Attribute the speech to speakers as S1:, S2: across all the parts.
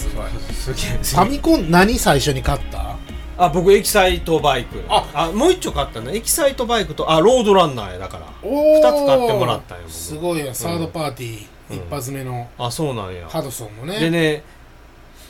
S1: すげえす
S2: ファ
S1: げえ
S2: ミコン何最初に買った
S1: あ僕エキサイトバイク
S2: あ
S1: あもう一丁買ったんだエキサイトバイクとあロードランナーやだから
S2: お
S1: 二つ買ってもらったんや僕
S2: すごいやサードパーティー、一発目の
S1: あそうなんや
S2: ハドソンの
S1: で
S2: ね
S1: ね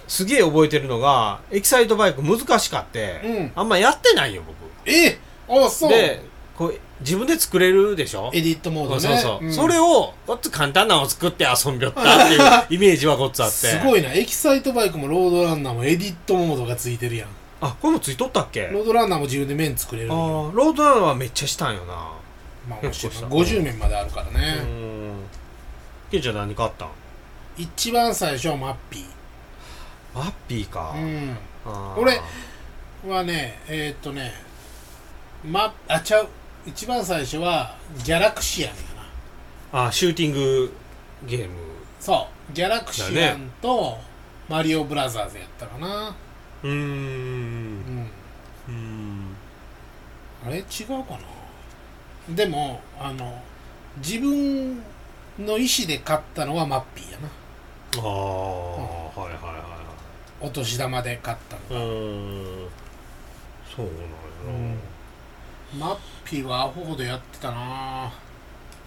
S1: すげえ覚えてるのがエキサイトバイク難しかって、
S2: うん
S1: あんまやってないよ僕
S2: えあそう
S1: でこう自分で作れるでしょ
S2: エディットモードね
S1: そうそう、
S2: ん
S1: それをごっつ簡単なのを作って遊んびょったって いうイメージはごっつあって
S2: すごいなエキサイトバイクもロードランナーもエディットモードがついてるやん
S1: あこれもついとったっけ
S2: ロードランナーも自分で面作れる
S1: あーロードランナーはめっちゃしたんよな
S2: まあ面白いな
S1: 結構した
S2: 50面まであるから
S1: う
S2: ね、
S1: ーんケンちゃん何買ったん
S2: 一番最初はマッピ
S1: マッピーか、
S2: ー
S1: あー
S2: 俺うんはねえー、っとねマあちゃう一番最初はギャラクシアンやな
S1: あシューティングゲーム
S2: そうギャラクシアンとマリオブラザーズやったかな、
S1: うーん
S2: うん
S1: うーん
S2: あれ違うかなでもあの自分の意思で買ったのはマッピーやな
S1: ああ、はいはいはい
S2: お年玉で買ったの
S1: うーんそうなんやな、
S2: うんマッピーはアホほどやってたな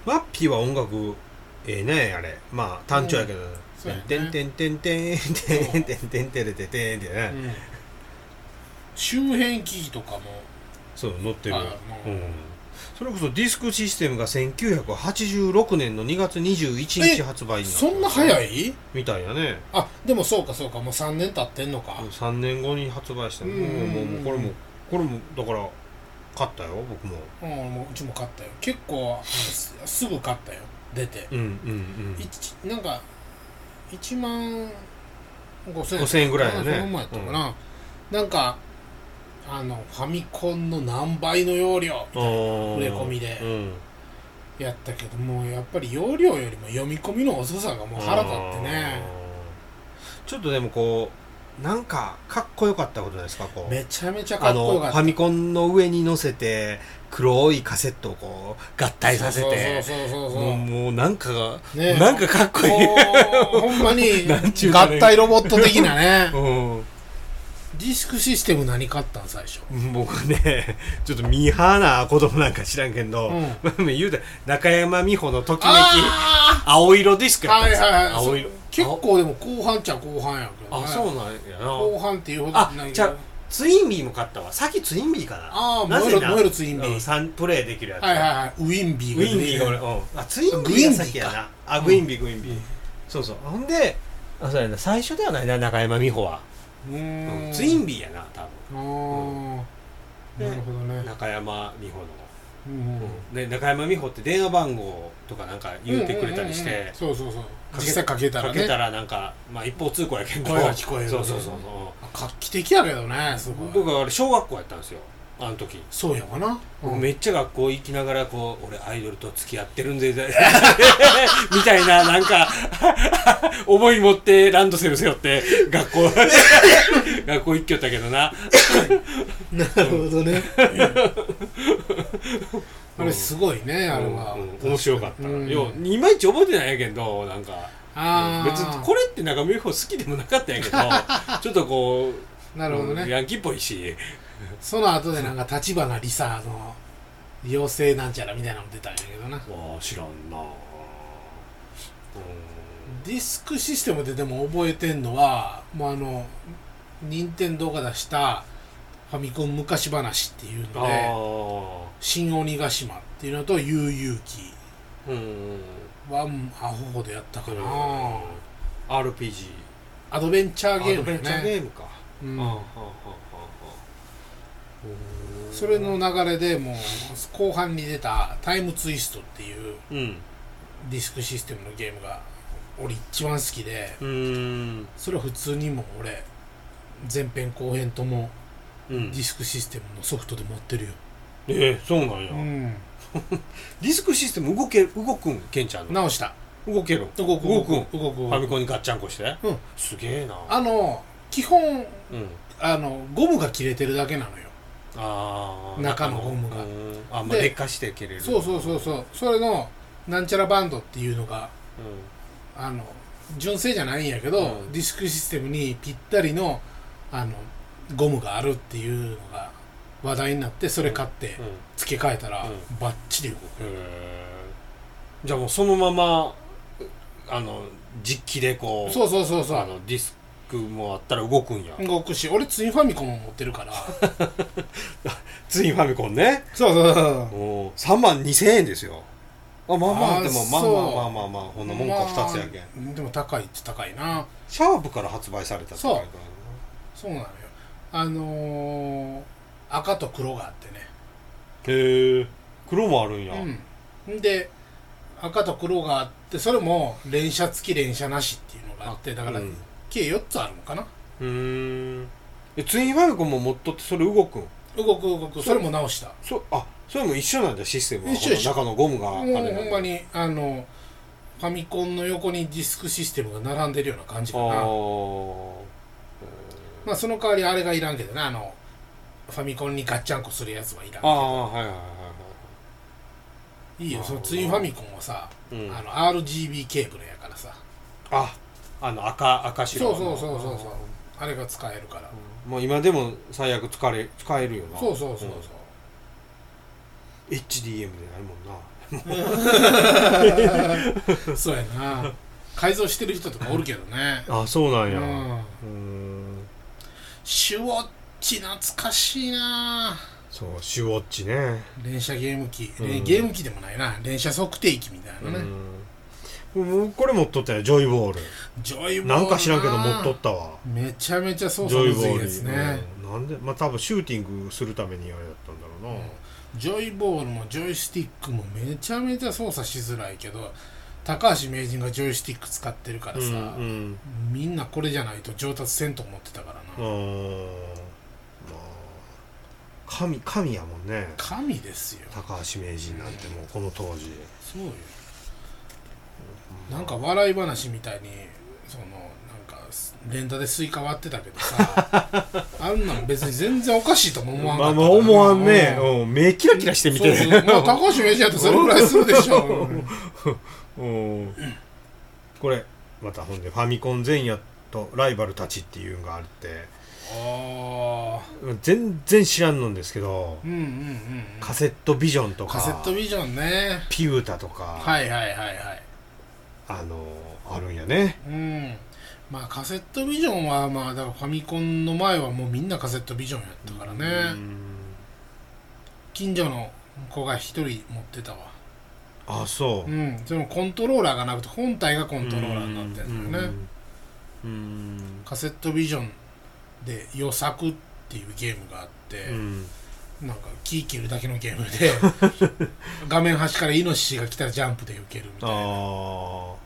S1: マッピーは音楽ええねあれまあ単調やけど
S2: そうやね
S1: てんてんてんてんてんてんてんてれててんって
S2: う
S1: ね
S2: ん周辺機器とかも
S1: そう乗ってる
S2: あもう
S1: うんそれこそディスクシステムが1986年の2月21日発売になった
S2: そんな早い
S1: みたいやね
S2: あでもそうかそうかもう3年経ってんのか
S1: 3年後に発売した
S2: う
S1: の
S2: ん
S1: もうもうもうこれもこれもだから買ったよ僕も
S2: うんもううちも買ったよ結構すすぐ買ったよ出て
S1: うんうん
S2: 一なんか1万5000
S1: 5000円ぐらいだね
S2: その前やったかな、なんかあのファミコンの何倍の容量
S1: うん
S2: 触れ込みで
S1: うん
S2: やったけどもうやっぱり容量よりも読み込みの遅さがもう腹立ってね
S1: ちょっとでもこうなんかかっこよかったことないですかこう
S2: めちゃめちゃか
S1: あ
S2: っこよ
S1: のフ
S2: かった
S1: ァミコンの上に乗せて黒いカセットをこう合体させて
S2: そうそうそうそう
S1: もうもうなんかが、
S2: ねえ
S1: なんかかっこいい、
S2: もうほんまに
S1: なんちゅうか
S2: 合
S1: ね
S2: 体ロボット的なね
S1: うん
S2: ディスクシステム何買ったん最 初
S1: 僕ねちょっとミーハーな子供なんか知らんけんど、
S2: うん
S1: まあ言うたら中山美穂のときめき
S2: あ
S1: 青色ディスク
S2: ー
S1: やったん
S2: はい
S1: ですよ、
S2: はいは
S1: 青
S2: い
S1: 色
S2: 結構でも後半っちゃ後半やけど、
S1: あ
S2: ね、
S1: そうなんやな
S2: 後半っていうほど
S1: あ
S2: ないけど
S1: じゃあツインビーも買ったわさっきツインビーかな
S2: あー
S1: な
S2: 燃
S1: ぜな
S2: える燃えるツインビー
S1: うん三プレイできるやつ、
S2: はいはいはいウィンビー
S1: ウィンビーが俺、
S2: が
S1: うん、あツインビーが先やなあグインビーグインビー、そうそうほんであそうやな最初ではないな中山美穂は、
S2: うーん
S1: ツインビーやな多
S2: あー
S1: うん
S2: なるほどね
S1: 分中山美穂の、
S2: うん
S1: で中山美穂って電話番号とかなんか言ってくれたりして、
S2: うんうんうんそうそうそう
S1: か
S2: 実
S1: け
S2: 際かけたら
S1: かけた
S2: ね
S1: らなんか、まあ、一方通行やけんど
S2: 声が聞こえる
S1: そうそうそうそう
S2: 画期的やけどねすごい
S1: 僕はあれ小学校やったんですよあの時
S2: そうやわな
S1: 僕
S2: うん
S1: めっちゃ学校行きながらこう俺アイドルと付き合ってるんで みたいななんか 思い持ってランドセル背負って 学校学校行きよったけどな
S2: なるほどね。 あれすごいね、あれは。
S1: うんうん面白かったな、
S2: うん
S1: よういまいち覚えてないんやけどなんか
S2: ああ、
S1: 別にこれってなんか美穂好きでもなかったん やけどちょっとこう
S2: なるほど
S1: うん
S2: ね。
S1: ヤンキーっぽいし
S2: その後でなんか、立花リサの妖精なんちゃらみたいなのも出たんやけどな。
S1: ああ知らんなうん
S2: ディスクシステムででも覚えてんのは、もうあの、任天堂が出したファミコン昔話っていう
S1: あ
S2: ので、
S1: あ
S2: 新鬼ヶ島っていうのと、悠々記
S1: うん
S2: はうんアホほどやったかな。
S1: RPG
S2: アドベンチャ
S1: ア
S2: ーゲー
S1: ド
S2: ム
S1: ベ
S2: や
S1: ンチャーゲ
S2: ね。
S1: ームか
S2: うん
S1: ああはあはあ
S2: それの流れでもう後半に出た「タイムツイスト」っていう
S1: うん
S2: ディスクシステムのゲームが俺一番好きで
S1: うん
S2: それは普通にもう俺前編後編とも
S1: うん
S2: ディスクシステムのソフトで持ってるよ、
S1: ええそうなんや
S2: ん、
S1: ディスクシステム動け動くんケンちゃんの
S2: 直した
S1: 動ける
S2: 動く
S1: 動くん
S2: 動く動く
S1: ファミコンにガッチャンコして
S2: うん
S1: すげえな
S2: あの基本
S1: うん
S2: あのゴムが切れてるだけなのよ
S1: ああ
S2: 中のゴムが
S1: あんま
S2: で
S1: 劣化して切れる
S2: そうそうそうそうそれのなんちゃらバンドっていうのが
S1: う
S2: あの純正じゃないんやけど、
S1: うん
S2: ディスクシステムにぴったりのあのゴムがあるっていうのが話題になってそれ買って
S1: うん
S2: 付け替えたら、
S1: うん
S2: バッチリ動く
S1: へーじゃあもうそのままあの実機でこう
S2: そうそうそうそ
S1: あ
S2: う
S1: のディスクもあったら動くんや、
S2: 動くし俺ツインファミコンも持ってるから
S1: ツインファミコンね
S2: そうそうそう
S1: お3万2000円ですよあまあまあ
S2: あー
S1: でもまあま
S2: そう
S1: あまあまあまあこんなもんか2つやけん、
S2: まあでも高いって高いな
S1: シャープから発売されたって書いてある
S2: そうなのよあのー赤と黒があってね
S1: へえ黒もあるんや、
S2: うん、で赤と黒があってそれも連射付き連射なしっていうのがあってだから
S1: うん
S2: 計4つあるのかな
S1: うーんえツインファミコンも持っとってそれ動くん
S2: 動く動くそれも直した
S1: そあそれも一緒なんだシステムは
S2: 一緒一緒
S1: この中のゴムがあ
S2: も
S1: れ
S2: う
S1: なんだ
S2: ほんまにあのファミコンの横にディスクシステムが並んでるような感じ
S1: あ
S2: かな
S1: ー
S2: まあその代わりあれがいらんけどなあのファミコンにガッチャンコするやつはいらん
S1: ああはいはいはい
S2: いよ
S1: あー
S2: そのツインファミコンはさ、
S1: いはい、うん、
S2: あの RGB ケーブルやからさ
S1: ああの赤赤白
S2: そう
S1: の
S2: そうそうそうそうあれが使えるから、
S1: もう今でも最悪使れ使えるよな
S2: そうそうそうそう、
S1: うん HDM でないもんな
S2: そうや な改造してる人とかおるけどね
S1: あそうな
S2: うんん
S1: うん
S2: シュウォッチ懐かしいな
S1: そうシュウォッチね
S2: 連射ゲーム機、
S1: うん
S2: ねゲーム機でもないな連射測定器みたいなね、
S1: うんもうこれ持っとったよジョイボール
S2: ジョイボール
S1: なんか知らんけど持っとったわ
S2: めちゃめちゃ操
S1: ジ
S2: 作
S1: ョイ
S2: む
S1: ボ
S2: ずい
S1: ール
S2: ですね、
S1: うんなんでまあ多分シューティングするためにあれだったんだろうな、
S2: ジョイボールもジョイスティックもめちゃめちゃ操作しづらいけど高橋名人がジョイスティック使ってるからさ、
S1: うん
S2: みんなこれじゃないと上達せんと思ってたから
S1: う
S2: な、
S1: んまあ神神やもんね
S2: 神ですよ
S1: 高橋名人なんてもうこの当時
S2: そうよなんか笑い話みたいにそのなんか連打でスイカ割ってたけど さあんなん別に全然おかしいとも思わん
S1: ま
S2: か
S1: あ
S2: った
S1: まあ思わんね
S2: うん
S1: うん目キラキラして見て
S2: そう
S1: る
S2: そうまあ高橋名人やったらそれぐらいするでしょ、うん
S1: うんこれまたほんでファミコン前夜とライバルたちっていうのがあって
S2: ああ
S1: 全然知らんのんですけど
S2: うんうんうんうん
S1: カセットビジョンと
S2: カセッ
S1: か
S2: トビジョンね
S1: ピュータとか
S2: はいはいはいはい
S1: あのあるんやね
S2: うんまあカセットビジョンはまあだからファミコンの前はもうみんなカセットビジョンやったからね、
S1: うん
S2: 近所の子が一人持ってたわ
S1: あそううん
S2: そのコントローラーがなくて本体がコントローラーになってるんだよね
S1: うん
S2: カセットビジョンで「予作」っていうゲームがあって、
S1: うん
S2: なんか木切るだけのゲームで 画面端からイノシシが来たらジャンプで避けるみたいな
S1: ああ、えーこ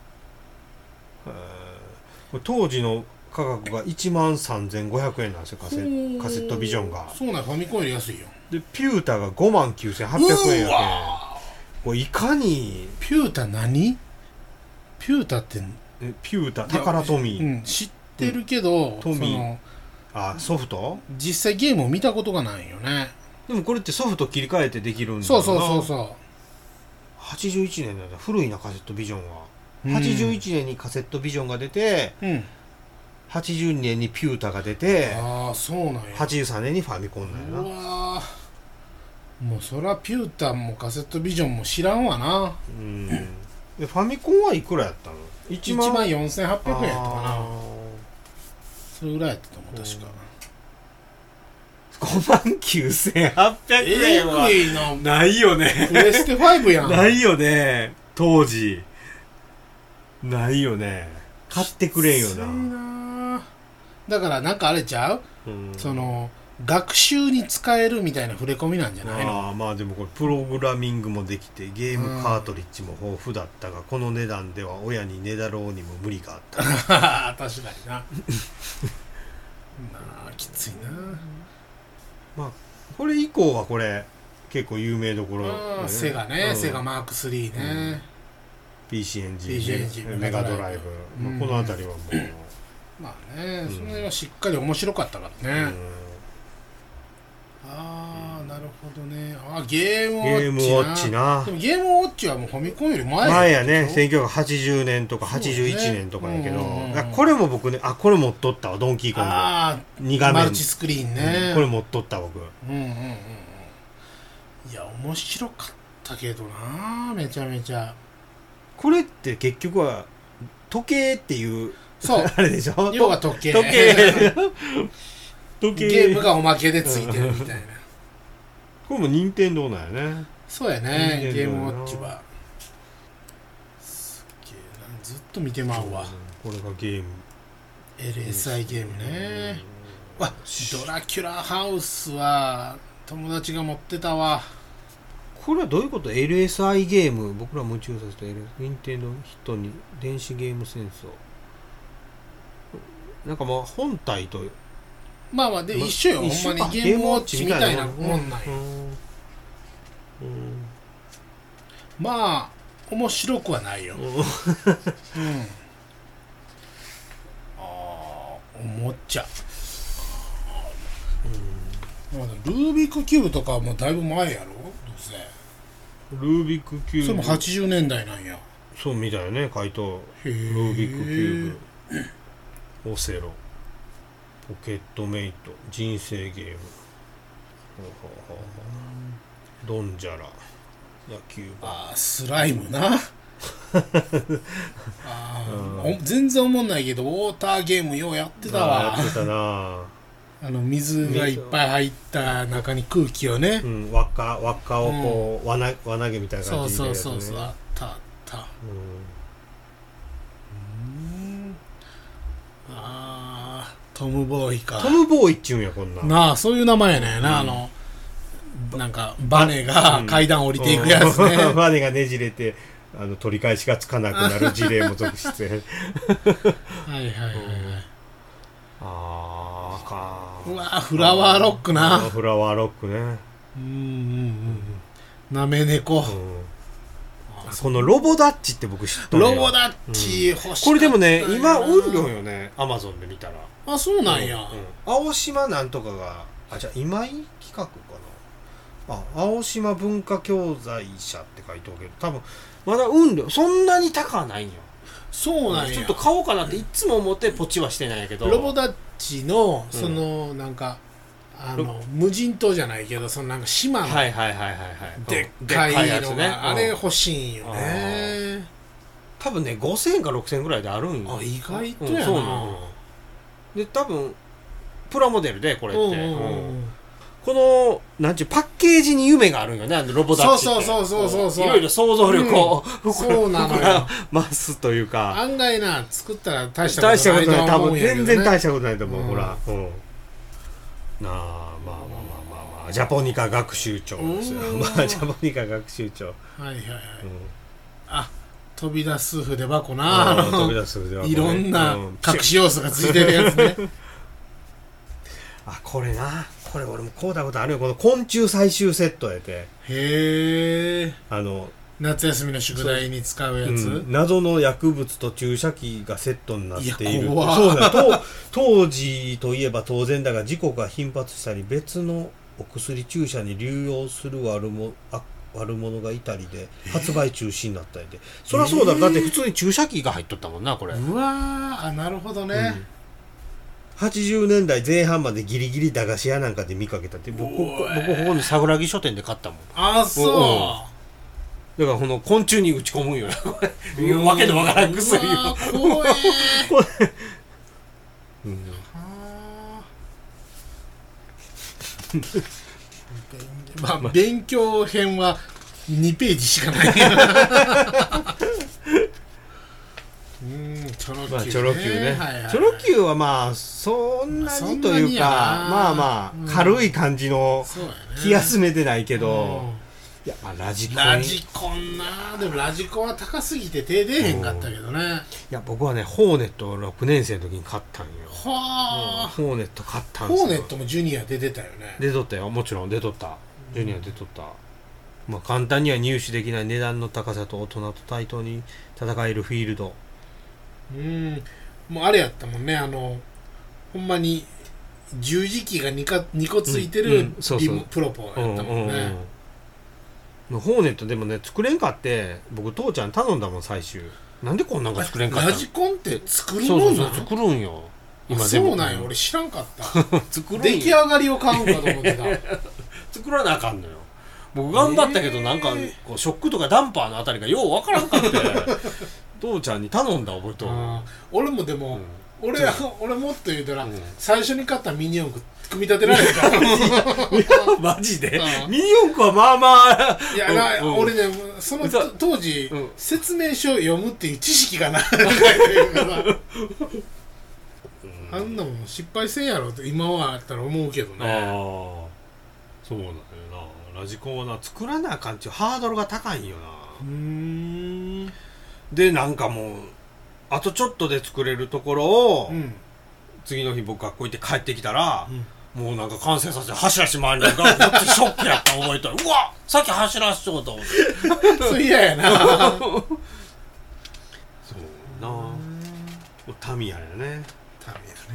S1: れ当時の価格が1万3500円なんですよカセ
S2: ほう
S1: カセットビジョンが
S2: そうなんファミコンより安いよ
S1: でピュータが5万9800円や
S2: う
S1: けん
S2: わ
S1: これいか
S2: ー
S1: に
S2: ピュータ何ピュータって、
S1: えピュータ宝トミ
S2: う
S1: ー
S2: ん、知ってるけど、
S1: トミー
S2: その
S1: あソフト
S2: 実際ゲームを見たことがないよね、
S1: でもこれってソフト切り替えてできるんだ
S2: そう
S1: よな
S2: そうそうそ
S1: 81年なんだ古いなカセットビジョンは、
S2: ううん
S1: 81年にカセットビジョンが出て
S2: うん
S1: 82年にピュータが出て
S2: ああそうなんや
S1: 83年にファミコンなん
S2: う
S1: やな
S2: わーもうそらピュータンもカセットビジョンも知らんわな
S1: うんでファミコンはいくらやったの
S2: 1
S1: 1
S2: 万4800円やったかな
S1: あ
S2: それぐらいやったと思う確か
S1: ー5万9800
S2: え
S1: 円は
S2: ぐいな
S1: ないよね
S2: プレステ5やん
S1: ないよね当時ないよね買ってくれんよ
S2: きつい
S1: な、
S2: なだからなんかあれちゃう
S1: うん、
S2: その学習に使えるみたいな触れ込みなんじゃないの
S1: ああまあでもこれプログラミングもできてゲームカートリッジも豊富だったが、この値段では親にねだろうにも無理があった
S2: 確かになまあきついな
S1: これ以降はこれ結構有名どころだよ、
S2: うんセガね、
S1: うん
S2: セガマーク3ね、
S1: PC エンジン
S2: PC エンジン
S1: メガドライ
S2: う
S1: ブ、
S2: ん
S1: まあ、この辺りはもう、
S2: まあね、
S1: うん
S2: その辺はしっかり面白かったから
S1: う
S2: ね、
S1: ん
S2: ああ、あなるほどねあゲームウ
S1: ゲームウ
S2: ォ
S1: ォ
S2: ッ
S1: ッ
S2: チ
S1: チ
S2: な
S1: な
S2: でもゲームウォッチはもうファミコンより前
S1: 前やね
S2: でしょ
S1: 1980年とか81年とかやけど、
S2: そうねうん
S1: だからこれも僕ねあこれ持っとったわドンキーコング
S2: あ
S1: 2
S2: あ
S1: 画
S2: マ
S1: 面
S2: ルチスクリーンね、
S1: これ持っとった僕
S2: うんうんうんうんいや面白かったけどなめちゃめちゃ
S1: これって結局は時計っていう
S2: そう
S1: あれでしょ
S2: 要は時計
S1: 時計時計
S2: ゲームがおまけでついてるみたいな
S1: これも任天堂なんやね
S2: そうやね
S1: 任
S2: ゲ
S1: 天
S2: ー
S1: 堂
S2: ムウ
S1: やな
S2: ォッチはすっげえなずっと見てまうわ
S1: これがゲーム
S2: LSI ゲームねわドラキュラハウスは友達が持ってたわ
S1: これはどういうこと ?LSI ゲーム僕ら夢中させた LS 任天堂ヒットに電子ゲーム戦争なんかまあ本体と
S2: まあまあで
S1: ま
S2: 一緒よほん
S1: 一緒
S2: ま
S1: か
S2: にゲームウォッチみたいなもんなん
S1: う
S2: よ
S1: うん
S2: まあ面白くはないよ
S1: うん
S2: うんあーおもちゃ、まあルービックキューブとかはもうだいぶ前やろどうせ
S1: ルービックキュー
S2: そ
S1: ブ
S2: れも80年代なんや
S1: そうみたいね回答
S2: へえ
S1: ルービックキューブオセロポケットメイト人生ゲームほうほうほうほうドンジャラ野球盤
S2: あースライム なあーお全然おもんないけどウォーターゲームようやってたわ
S1: あーやってたな
S2: あの水がいっぱい入った中に空気をね
S1: うん、輪っか輪っかをこう、輪な輪投げみたいな
S2: そ
S1: 感
S2: う
S1: じで
S2: そ
S1: や
S2: う
S1: るやつ
S2: そうそ
S1: ね、
S2: うあったあった
S1: う
S2: あートム・ボーイか
S1: んトム・ボーイっちゅうんやこんなん
S2: なあそういう名前やねんな、あのなんかバネが階段降りていくやつね、
S1: バネがねじれてあの取り返しがつかなくなる事例も続 出
S2: はいはいはいはい
S1: あーかー
S2: うわフラワーロックな
S1: フラワーロックね、
S2: うんうんうんなめ猫、
S1: うん、このロボダッチって僕知っとるや
S2: ロ
S1: ん
S2: ボダッチ欲しかった
S1: これでもね今
S2: ウ
S1: 運量よねアマゾンで見たら
S2: あそうなんや、
S1: うん青島なんとかがあじゃあ今井企画かなあ青島文化教材社って書いておけど多分まだ運量そんなに高ないんよ
S2: そうなんや
S1: ちょっと買おうかなっていつも思ってポチはしてないんやけど
S2: ロボダッチのその、なんかあの無人島じゃないけどそのなんか島の
S1: はいはいはいはいはい
S2: で
S1: うん
S2: っかいのが、
S1: うん
S2: あれ欲しいんよね
S1: 多分ね5000円か6000円ぐらいであるんよ
S2: あ意外とやな、
S1: うんそうなので多分プラモデルでこれって、
S2: うんうんうん
S1: うんこのなんちゅうパッケージに夢があるんよねあのロボダッチって
S2: そうそうそうそうそう
S1: いろいろ想像力を、
S2: そうなの
S1: 膨
S2: よ
S1: らますというか
S2: 案外な作ったら大
S1: 大
S2: したことないと
S1: したこと
S2: は
S1: 多
S2: 思うん
S1: 分
S2: やけど、
S1: 全
S2: ね、
S1: 然大したことないと思う、
S2: うん
S1: ほら、うん、なあまあまあまあまあまあジャポニカ学習長ですよ、
S2: うん
S1: まあジャポニカ学習長、うん
S2: はいはいはい、飛び出す筆箱な
S1: あ
S2: あ
S1: の飛
S2: の
S1: び出すでは これ
S2: いろんな
S1: うん
S2: 隠し要素がついてるやつね
S1: あこれなこれ俺もこうだことあるよこの昆虫最終セットやて
S2: へえ
S1: あの
S2: 夏休みの宿題に使うやつ、
S1: うん謎の薬物と注射器がセットになってい
S2: い
S1: る
S2: や怖っ
S1: そうだと 当時といえば当然だが事故が頻発したり別のお薬注射に流用する悪もあ悪者がいたりで発売中止になったりで、そりゃそうだろ、だって普通に注射器が入っとったもんなこれ、
S2: うわーあなるほどね、
S1: 80年代前半までギリギリ駄菓子屋なんかで見かけたって僕ここ僕ここの桜木書店で買ったもん
S2: ああそ
S1: だからこの昆虫に打ち込むんよなこ
S2: う
S1: れわけのわからん
S2: うわ
S1: 薬を
S2: ー怖えー
S1: 怖
S2: うんはー勉強まあ勉強編は2ページしか ないうんチョロ Q ね,、
S1: まあ、チョロ Q ね、
S2: はいはい
S1: チョロ Q はまあそんなにとい
S2: まあそんな
S1: うかま
S2: にやな
S1: あま
S2: うん
S1: あ軽い感じの
S2: そうやね
S1: 気休めでないけ
S2: う
S1: ど、
S2: ん
S1: いやまあラジコン
S2: ラ
S1: い
S2: ジコンなでもラジコンは高すぎて手出えへんかったけどね
S1: や僕はねホーネットを6年生の時に買ったんよ
S2: はあ、
S1: ホーネット買ったんです
S2: ホ
S1: よ
S2: ーネットもジュニア出てたよね
S1: 出とったよもちろん出とったジュニア出とった、まあ、簡単には入手できない値段の高さと大人と対等に戦えるフィールド
S2: うんもうあれやったもんねあのほんまに十字キーが 2, か二個ついて
S1: う
S2: る
S1: んうんそうそう
S2: リモプロポ
S1: う
S2: や
S1: ん
S2: っ
S1: う
S2: た
S1: ん
S2: もんね
S1: うんホーネットでもね作れんかって僕父ちゃん頼んだもん最終なんでこんなんが作れんかった
S2: ラ
S1: の
S2: ジコンって作る
S3: そ
S2: も
S3: うんそ
S2: な
S3: うんそう作るんよ
S2: あ
S3: でも
S2: そうなんや俺知らんかった
S3: 作るん
S2: 出来
S3: よ
S2: 上がりを買うんかと思ってた
S3: 作らなあかんのよ僕頑張ったけど
S2: えー
S3: なんかこうショックとかダンパーのあたりがようわからんかって 父ちゃんに頼んだ覚えとる
S2: う ん俺もでも、俺は俺もっと言うたら、
S3: うん
S2: 最初に買ったミニ四駆組み立てられるから
S3: マジで
S2: うん
S3: ミニ四駆はまあまあ
S2: いやな、
S3: うんうん
S2: 俺ねその
S3: 嘘
S2: 当時、
S3: うん
S2: 説明書を読むっていう知識がないからあんなもん失敗せんやろって今はあったら思うけど
S3: あ
S2: ね
S3: あそうなんよ
S1: なラジコンはな作らなあかんっちゅうハードルが高いんよな
S2: うーん
S1: でなんかもうあとちょっとで作れるところを、
S2: うん
S1: 次の日僕学校行って帰ってきたら、
S2: ん
S1: もうなんか完成させて走らし回りなが らこっちショックやった覚えたらうわさっき走らしそうと思って
S2: それ嫌やな
S1: そうなもうタミヤやね
S2: タミヤね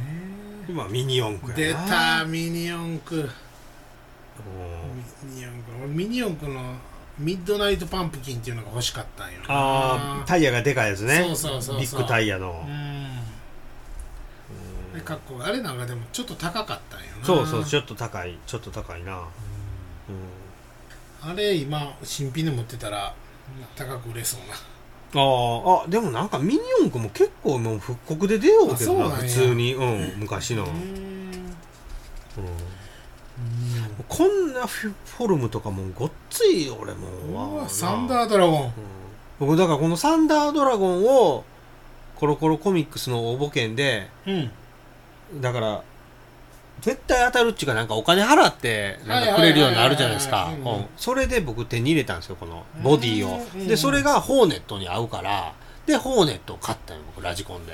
S1: 今ミニ四駆
S2: 出
S1: やな
S2: たミニ四駆
S1: うん
S2: ミニ四駆俺ミニ四駆のミッドナイトパンプキンっていうのが欲しかったんよな
S1: ああタイヤがでかいやつね
S2: そうそうそうそう
S1: ビッグタイヤの、
S2: うんでかっこあれなんかでもちょっと高かったんよな
S1: そうそうちょっと高いちょっと高いなうん、
S2: あれ今新品で持ってたら高く売れそうな
S1: あーあでもなんかミニ四駆も結構もう復刻で出ようけどな
S2: あそうなんや
S1: 普通に、うん、昔の、
S2: うん
S1: うんこんなフィフォルムとかもうごっつい俺もう
S2: う
S1: わ
S2: わサンダードラゴン
S1: うん僕だからこのサンダードラゴンをコロコロコミックスの応募券で
S2: うん
S1: だから絶対当たるっちゅうかなんかお金払ってなんかくれるようになるじゃないですか
S2: はいはいはいはい
S1: うんそれで僕手に入れたんですよこのボディを
S2: うん
S1: でそれがホーネットに合うからでホーネットを買ったよ僕ラジコン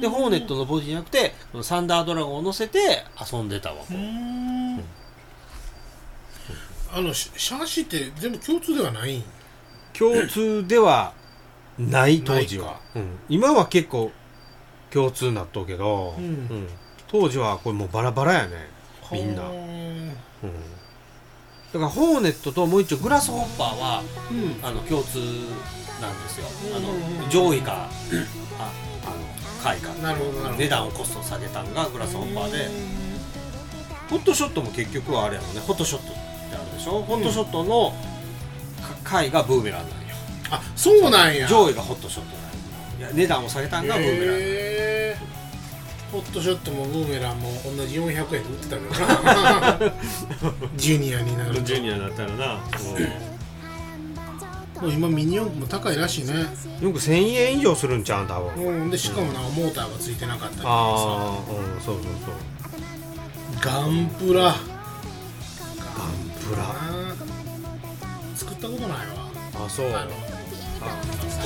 S1: ででホーネットのボディじゃなくてこのサンダードラゴンを乗せて遊んでたわこ
S2: う
S1: うん
S2: あのシシャーシって全部共通ではないん
S1: 共通ではない当時は、うん、今は結構共通なっとうけど、
S2: うん
S1: ん当時はこれもうバラバラやね、みんな
S2: ほー
S1: うん、だからホーネットともう一丁グラスホッパーは
S2: うん
S3: あの共通なんですよあ
S2: うんうんう
S3: の
S2: ん
S3: 上位かああの下位か
S2: なるほどなるほど
S3: 値段をコスト下げたんがグラスホッパーで
S1: ホットショットも結局はあれやもんねホットショットってあるでしょ、ホットショットのか回がブーメランなんよ
S2: あそうなんや
S1: 上位がホットショットなんよいや値段を下げたんがブーメラン
S2: へーホットショットもブーメランも同じ400円で売ってたからな ジュニアになると
S1: ニアだったらな
S2: もう今ミニ四駆も高いらしいね
S1: よく1000円以上するんちゃうん多分
S2: うんでしかもなんかモーターがついてなかったりとか
S1: ああうんそうそうそう
S2: さガンプラ
S1: ガンプラ
S2: あー作ったことないわ
S1: あそう
S2: あの
S4: 準備